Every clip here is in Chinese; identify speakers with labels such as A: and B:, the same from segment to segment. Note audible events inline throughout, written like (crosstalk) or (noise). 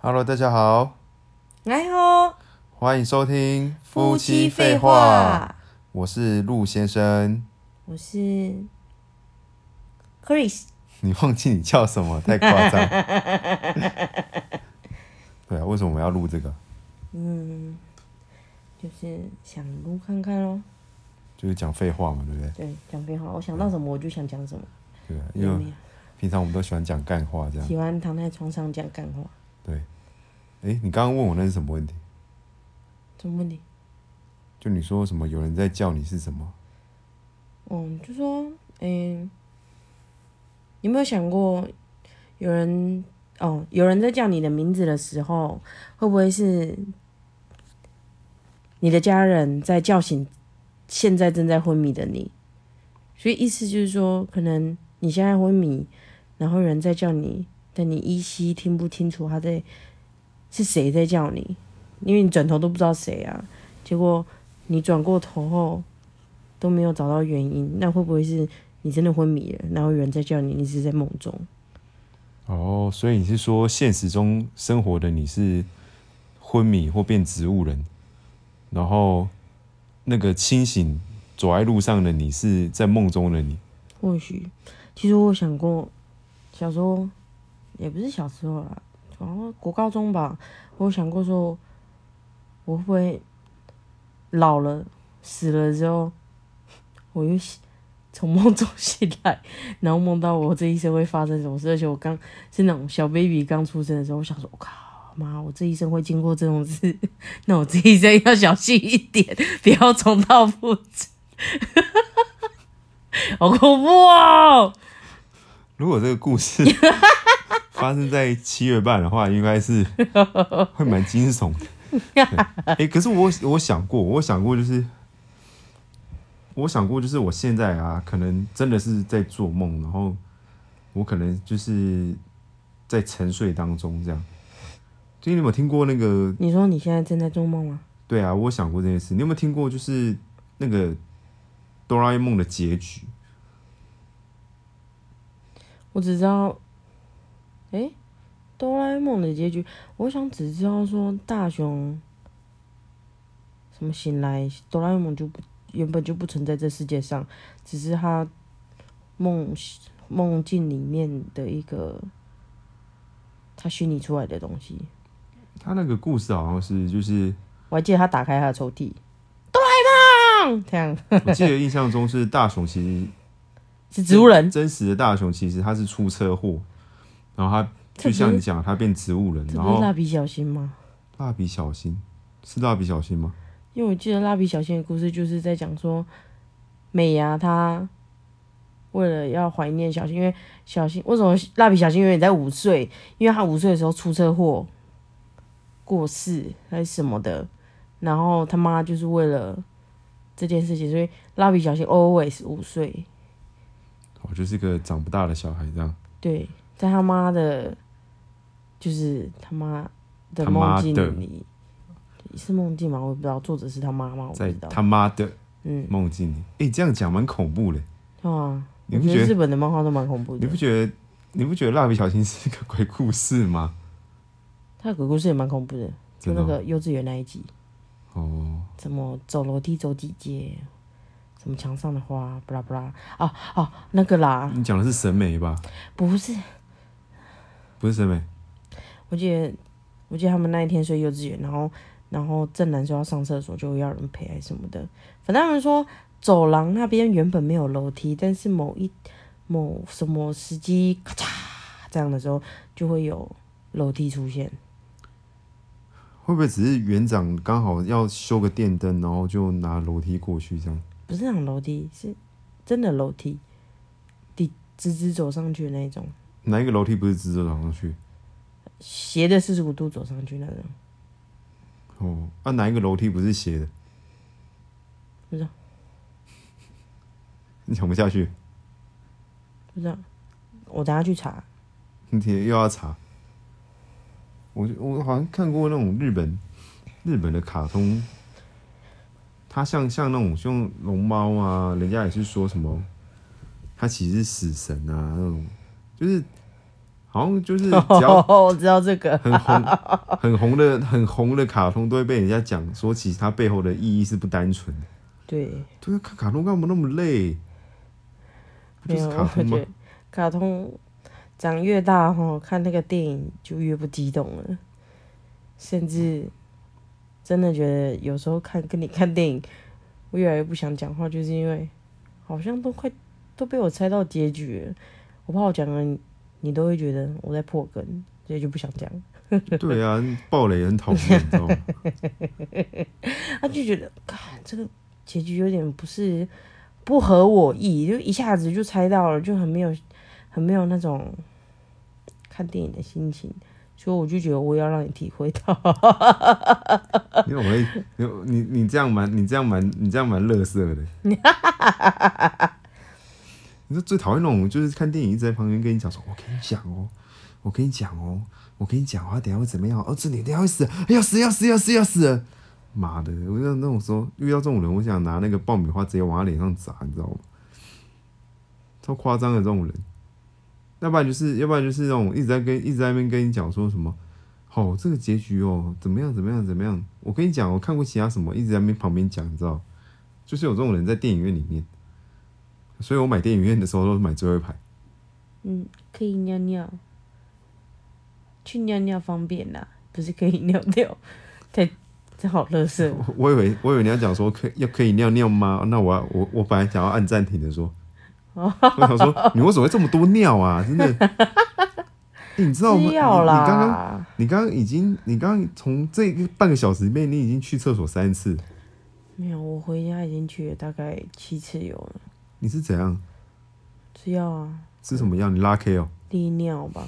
A: Hello，大家好，
B: 来哦，
A: 欢迎收听《
B: 夫妻废话，，
A: 我是陆先生。 (laughs)
B: 我是 Chris，
A: 你忘记你叫什么？太夸张。对啊，为什么我们要录这个？
B: 嗯，就是想录看看咯。
A: 就是讲废话嘛，对不对？
B: 对，讲废话，我想到什么我就想讲什么，
A: 对、啊，
B: 有
A: 因
B: 没
A: 为
B: 有？
A: 平常我们都喜欢讲干话这样。
B: 喜欢躺在床上讲干话，
A: 对。哎，你刚刚问我那是什么问题？
B: 什么问题？
A: 就你说什么有人在叫你是什么？
B: 嗯，就说，嗯、有没有想过，有人哦，有人在叫你的名字的时候，会不会是你的家人在叫醒现在正在昏迷的你？所以意思就是说，可能你现在昏迷，然后有人在叫你，但你依稀听不清楚他在是谁在叫你，因为你转头都不知道谁啊。结果你转过头后都没有找到原因，那会不会是你真的昏迷了，然后有人在叫你，你只是在梦中？
A: 哦，所以你是说现实中生活的你是昏迷或变植物人，然后那个清醒走在路上的你是在梦中的你，
B: 或许，其实我有想过，小时候也不是小时候啦，然后国高中吧，我有想过说，我会不会老了死了之后，我又醒从梦中 (laughs) 醒来，然后梦到我这一生会发生什么事，而且我刚是那种小 baby 刚出生的时候，我想说，我靠。妈，我这一生会经过这种事， (laughs) 那我这一生要小心一点，不要重蹈覆辙，好恐怖哦！
A: 如果这个故事发生在七月半的话，应该是会蛮惊悚的。哎、诶可是我我想过，我想过就是，我想过就是我现在啊，可能真的是在做梦，然后我可能就是在沉睡当中这样。就你有没有听过那个
B: 你说你现在正在做梦吗？
A: 对啊，我想过这件事。你有没有听过，就是那个哆啦 A 梦的结局？
B: 我只知道，诶，哆啦 A 梦的结局，我想只知道说大雄什么醒来，哆啦 A 梦就不原本就不存在这世界上，只是他梦梦境里面的一个他虚拟出来的东西。
A: 他那个故事好像是，就是
B: 我还记得他打开他的抽屉，哆啦 A 梦这样
A: 我记得印象中是大雄，其实
B: 是植物人，
A: 真实的大雄其实他是出车祸，然后他就
B: 这不是
A: 像你讲，他变植物人，
B: 这
A: 然
B: 不是
A: 后
B: 蜡笔小新吗？
A: 蜡笔小新是蜡笔小新吗？
B: 因为我记得蜡笔小新的故事就是在讲说，美伢她为了要怀念小新，因为小新为什么蜡笔小新永远在五岁？因为他五岁的时候出车祸过世还是什么的，然后他妈就是为了这件事情，所以蜡笔小新 always 五岁。
A: 哦，就是个长不大的小孩这样。
B: 对，在他妈的，就是他妈的
A: 他妈
B: 梦境
A: 的
B: 里，是梦境吗？我也不知道，作者是他妈吗？我不
A: 在
B: 知道。
A: 他妈的
B: 嗯，
A: 梦境里，哎、这样讲蛮恐怖的。
B: 啊。
A: 你
B: 我
A: 不
B: 觉得
A: 觉
B: 日
A: 得？
B: 本的漫画都蛮恐怖
A: 你
B: 的
A: 不，觉得？你不觉得蜡笔小新是个鬼故事吗？
B: 他的鬼故事也蛮恐怖的，
A: 真
B: 就
A: 的哦
B: 那个幼稚园那一集，
A: 哦。
B: 怎么走楼梯走几阶，什么墙上的花，布拉布拉，啊啊，那个啦，
A: 哦你讲的是审美吧？
B: 不是，
A: 不是审美，
B: 我记得，我记得他们那一天睡幼稚园，然后然后正南说要上厕所，就要人陪还是什么的，反正他们说走廊那边原本没有楼梯，但是某一某什么时机咔嚓这样的时候，就会有楼梯出现。
A: 会不会只是园长刚好要修个电灯，然后就拿楼梯过去这样？
B: 不是那种楼梯，是真的楼梯，直直直走上去的那种，
A: 哪一个楼梯不是直着走上去？
B: 斜的四十五度走上去那种。
A: 哦，啊，哪一个楼梯不是斜的？
B: 不知道，
A: 你讲不下去，
B: 我等下去查，
A: 你也又要查。我我好像看过那种日本日本的卡通，它像像那种像龙猫啊，人家也是说什么，它其实是死神啊那种，就是好像就是只要
B: 哦， (laughs) 我知道这个，
A: 很红、很红的、很红的卡通，都会被人家讲说，其实它背后的意义是不单纯的。
B: 对，
A: 对啊，看卡通干嘛那么累？不
B: 没
A: 就是
B: 有，
A: 卡
B: 我
A: 通吗
B: 觉得？卡通长越大哈，看那个电影就越不激动了，甚至真的觉得有时候看跟你看电影，我越来越不想讲话，就是因为好像都快都被我猜到结局了，我怕我讲了你你都会觉得我在破梗，所以就不想讲。
A: 对啊，暴雷很讨厌，你知道吗？
B: 他就觉得，看这个结局有点不是不合我意，就一下子就猜到了，就很没有很没有那种看电影的心情，所以我就觉得我要让你体会到，
A: (laughs) 因为我会，你你你这样蛮，你这样蛮，你这样蛮乐色的。你说最讨厌那种，就是看电影一直在旁边跟你讲说，我跟你讲哦，我跟你讲哦，我跟你讲哦，他等一下会怎么样？哦，这女的要死了，要死要死要死要死了！妈的！我那那种时候遇到这种人，我想拿那个爆米花直接往他脸上砸，你知道吗？超夸张的这种人，要不然就是要不然就是那种一直在跟一直在那边跟你讲说什么。哦，这个结局哦，怎么样，怎么样，怎么样？我跟你讲，我看过其他什么，一直在那边旁边讲，你知道，就是有这种人在电影院里面，所以我买电影院的时候都是买最后一排。
B: 嗯， (laughs) 可以尿尿，去尿尿方便啦，不是可以尿尿，太这好乐色，
A: 我我以为我以为你要讲说可以要可以尿尿吗？那我要我我本来想要按暂停的说，我想说你为什么会这么多尿啊？真的，欸你知道吗？你
B: (laughs) 吃
A: 你
B: 药
A: 刚刚
B: 啦，
A: 你刚刚已经你刚刚从这个半个小时里面，你已经去厕所三次，
B: 没有，我回家已经去了大概七次有了，
A: 你是怎样
B: 吃药啊。
A: 吃什么药？你拉 K 哦？
B: 利尿吧。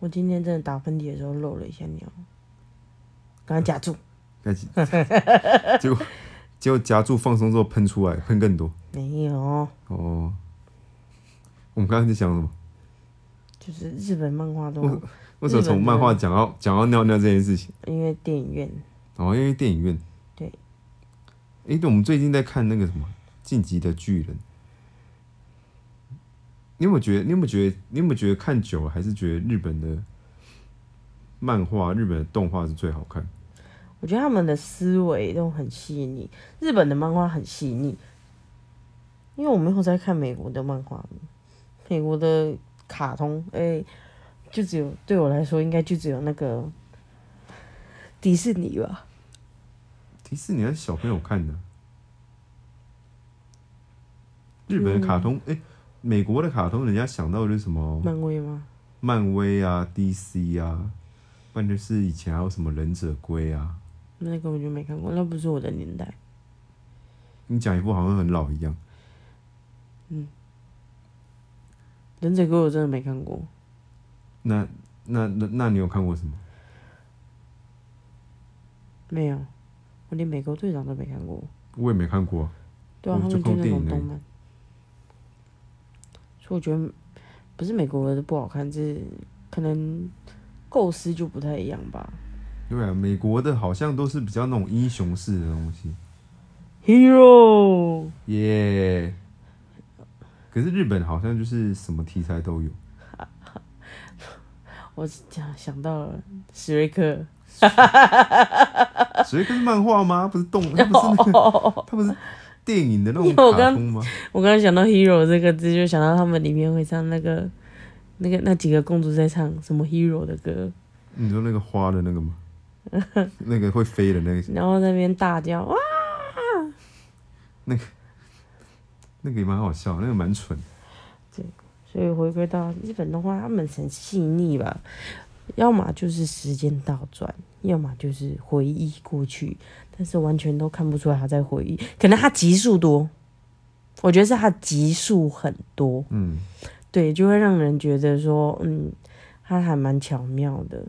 B: 我今天真的打喷嚏的时候漏了一下尿，赶快夹住。
A: 那几 (laughs) 结果结果夹住放松之后喷出来，喷更多。
B: 没有，
A: 哦，我们刚刚在想什么？
B: 就是日本漫画都
A: 我为什么从漫画讲到讲到尿尿这件事情？
B: 因为电影院
A: 哦，因为电影院。
B: 对。
A: 哎、对，我们最近在看那个什么《晋级的巨人》，你有没有觉得？你有没有觉得？你有没有觉得看久了还是觉得日本的漫画、日本的动画是最好看？
B: 我觉得他们的思维都很细腻，日本的漫画很细腻，因为我没有在看美国的漫画，美国的卡通，哎、就只有对我来说，应该就只有那个迪士尼吧。
A: 迪士尼还是小朋友看的，日本的卡通，哎、美国的卡通，人家想到的就是什么
B: 漫威吗？
A: 漫威啊、DC 啊，不然就是以前还有什么忍者龟啊。
B: 那个我就没看过，那不是我的年代。
A: 你讲一部好像很老一样，
B: 忍者龟我真的没看过，
A: 那那那那你有看过什么？
B: 没有，我连美国队长都没看过。
A: 我也没看过啊、
B: 对啊，
A: 我
B: 他
A: 就
B: 们
A: 看
B: 就
A: 过
B: 那
A: 电影
B: 种
A: 而已
B: 动漫，所以我觉得不是美国的不好看，是可能构思就不太一样吧。
A: 对啊，美国的好像都是比较那种英雄式的东西，
B: Hero
A: 耶、可是日本好像就是什么题材都有，
B: 想想到了史瑞克，
A: 所以跟漫画吗？不是动，它不是那个，它不是电影的那种
B: 因为我
A: 卡
B: 刚
A: 通吗？
B: 我刚才想到 Hero 这个字，就想到他们里面会唱那个那个那几个公主在唱什么 Hero 的歌，
A: 你说那个花的那个吗？那个会飞的那个，
B: 然后在那边大叫哇，
A: 那个也蛮好笑，那个蛮蠢。
B: 所以回归到日本动画，他们很细腻吧，要么就是时间倒转，要么就是回忆过去，但是完全都看不出来他在回忆，可能他集数多，我觉得是他集数很多，
A: 嗯，
B: 对，就会让人觉得说，嗯，他还蛮巧妙的。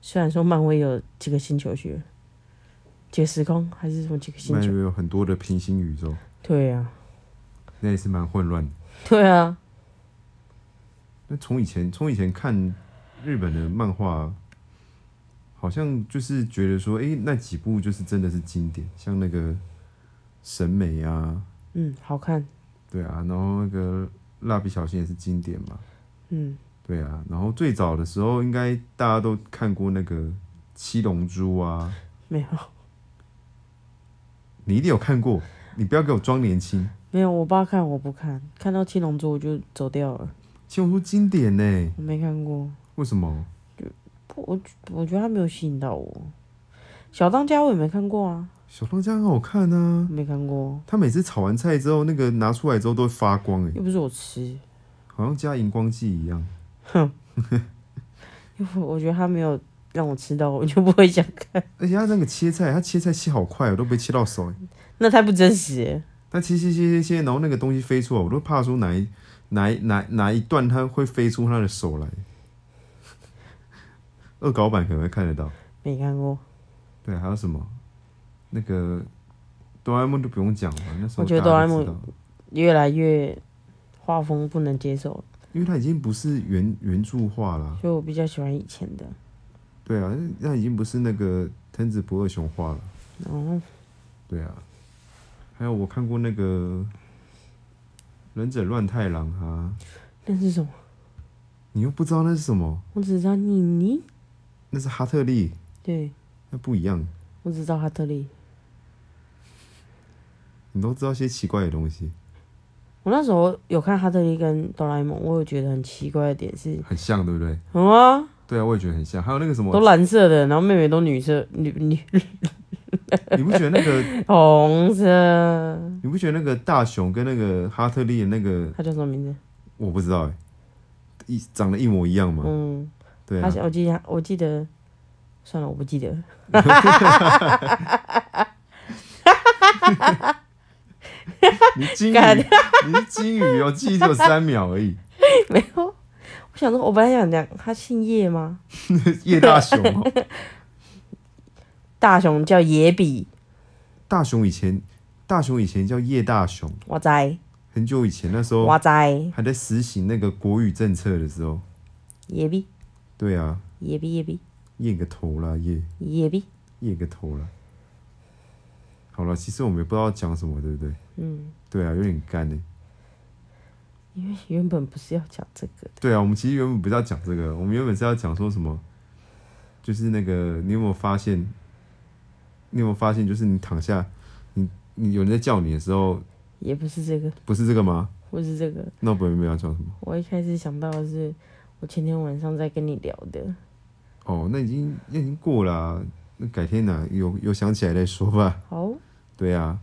B: 虽然说漫威有几个星球去几个时空还是什么几个星
A: 漫
B: 球，
A: 威有很多的平行宇宙，
B: 对啊，
A: 那也是蛮混乱的。
B: 对啊，
A: 那从以前从以前看日本的漫画，好像就是觉得说，诶，那几部就是真的是经典，像那个审美啊，
B: 嗯，好看，
A: 对啊，然后那个蜡笔小新也是经典嘛，
B: 嗯，
A: 对啊，然后最早的时候，应该大家都看过那个《七龙珠》啊，
B: 没有
A: 你一定有看过，你不要给我装年轻，
B: 没有，我爸看我不看，看到七龙珠我就走掉了，
A: 《七龙珠》经典呢、
B: 我没看过，
A: 为什么？
B: 不，我我觉得他没有吸引到我。小当家我也没看过啊，
A: 小当家很好看啊，
B: 没看过，
A: 他每次炒完菜之后，那个拿出来之后都会发光哎、
B: 又不是我吃，
A: 好像加荧光剂一样。
B: 因为我觉得他没有让我吃到，我就不会想看，
A: 而且他那个切菜，他切菜切好快，我都被切到手哎、
B: 那太不真实了。
A: 他切切切切切，然后那个东西飞出来，我都怕说哪一哪一哪哪一段它会飞出他的手来。 (laughs) 恶搞版可能会看得到。
B: 没看过，
A: 对，还有什么？那个哆啦 A 梦就不用讲了，那时候
B: 我觉得
A: 大家都
B: 哆啦 A
A: 知道，
B: 越来越画风不能接受了，
A: 因为它已经不是原原著画啦，
B: 所以我比较喜欢以前的。
A: 对啊，那已经不是那个藤子不二雄画了，
B: 然后
A: 对啊。还有我看过那个《忍者乱太郎》啊，
B: 那是什么？
A: 你又不知道那是什么？
B: 我只知道妮妮，
A: 那是哈特利，
B: 对
A: 那不一样。
B: 我只知道哈特利。
A: 你都知道些奇怪的东西，
B: 我那时候有看哈特利跟哆啦 A 梦，我有觉得很奇怪的点是，
A: 很像，对不对？
B: 嗯啊，
A: 对啊，我也觉得很像。还有那个什么
B: 都，蓝色的，然后妹妹都女色女女
A: 你不觉得那个， (laughs)
B: 红色，
A: 你不觉得那个大雄跟那个哈特利的那个，
B: 他叫什么名字？
A: 我不知道哎、一长得一模一样嘛？
B: 嗯，
A: 对
B: 他
A: 啊，
B: 是我记得他我记得，算了，我不 (laughs) 记得。
A: 你金鱼，
B: 干
A: (laughs) 你是金鱼哦，记忆只有三秒而
B: (laughs)
A: 已。
B: 没有，我想说，我本来想讲他姓叶吗？
A: 叶大雄、哦，
B: 大雄叫野比，
A: 大雄以前，大雄以前叫叶大雄，
B: 我知
A: 很久以前那时候
B: 我知，
A: 还在实行那个国语政策的时候，
B: 野比
A: 对啊，
B: 野比野比
A: 叶个头啦，叶
B: 野比，
A: 叶个头啦。好了，其实我们也不知道讲什么，对不对？
B: 嗯，
A: 对啊，有点干呢。
B: 因为原本不是要讲这个，
A: 对啊，我们其实原本不是要讲这个，我们原本是要讲说什么，就是那个你有没有发现？你有没有发现，就是你躺下，你你有人在叫你的时候，
B: 也不是这个，
A: 不是这个吗？
B: 不是这个，
A: 那我本来没有要讲什么。
B: 我一开始想到的是我前天晚上在跟你聊的，
A: 哦，那已经那已经过了啊、那改天呢、有有想起来再说吧。
B: 好，
A: 对啊，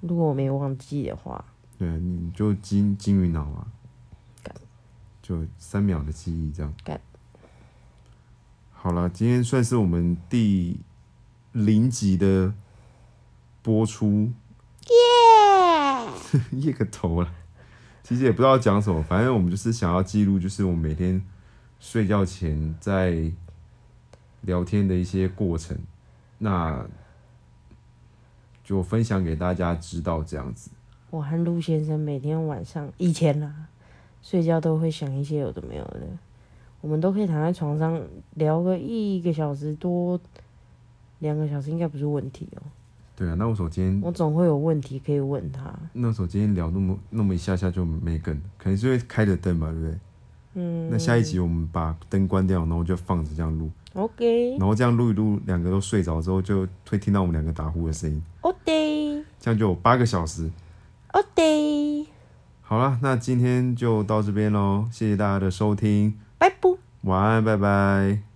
B: 如果我没忘记的话，
A: 对啊，你就金金鱼脑啊
B: 干，
A: 就三秒的记忆这样
B: 干。
A: 好啦，今天算是我们第零集的播出， (laughs) 耶个头了。其实也不知道讲什么，反正我们就是想要记录，就是我们每天睡觉前在聊天的一些过程，那就分享给大家知道这样子。
B: 我和陆先生每天晚上以前啦，睡觉都会想一些有的没有的，我们都可以躺在床上聊个一个小时多，两个小时应该不是问题哦、
A: 对啊，那为什么今天
B: 我总会有问题可以问他。
A: 那时候今天聊那么那么一下下就没梗，可能是因为开着灯吧，对不对？
B: 嗯，
A: 那下一集我们把灯关掉，然后就放着这样录，
B: OK
A: 然后这样录一录，两个都睡着之后，就会听到我们两个打呼的声音，
B: OK
A: 这样就有八个小时。
B: OK，
A: 好了，那今天就到这边喽，谢谢大家的收听，
B: 拜拜。
A: 晚安，拜拜。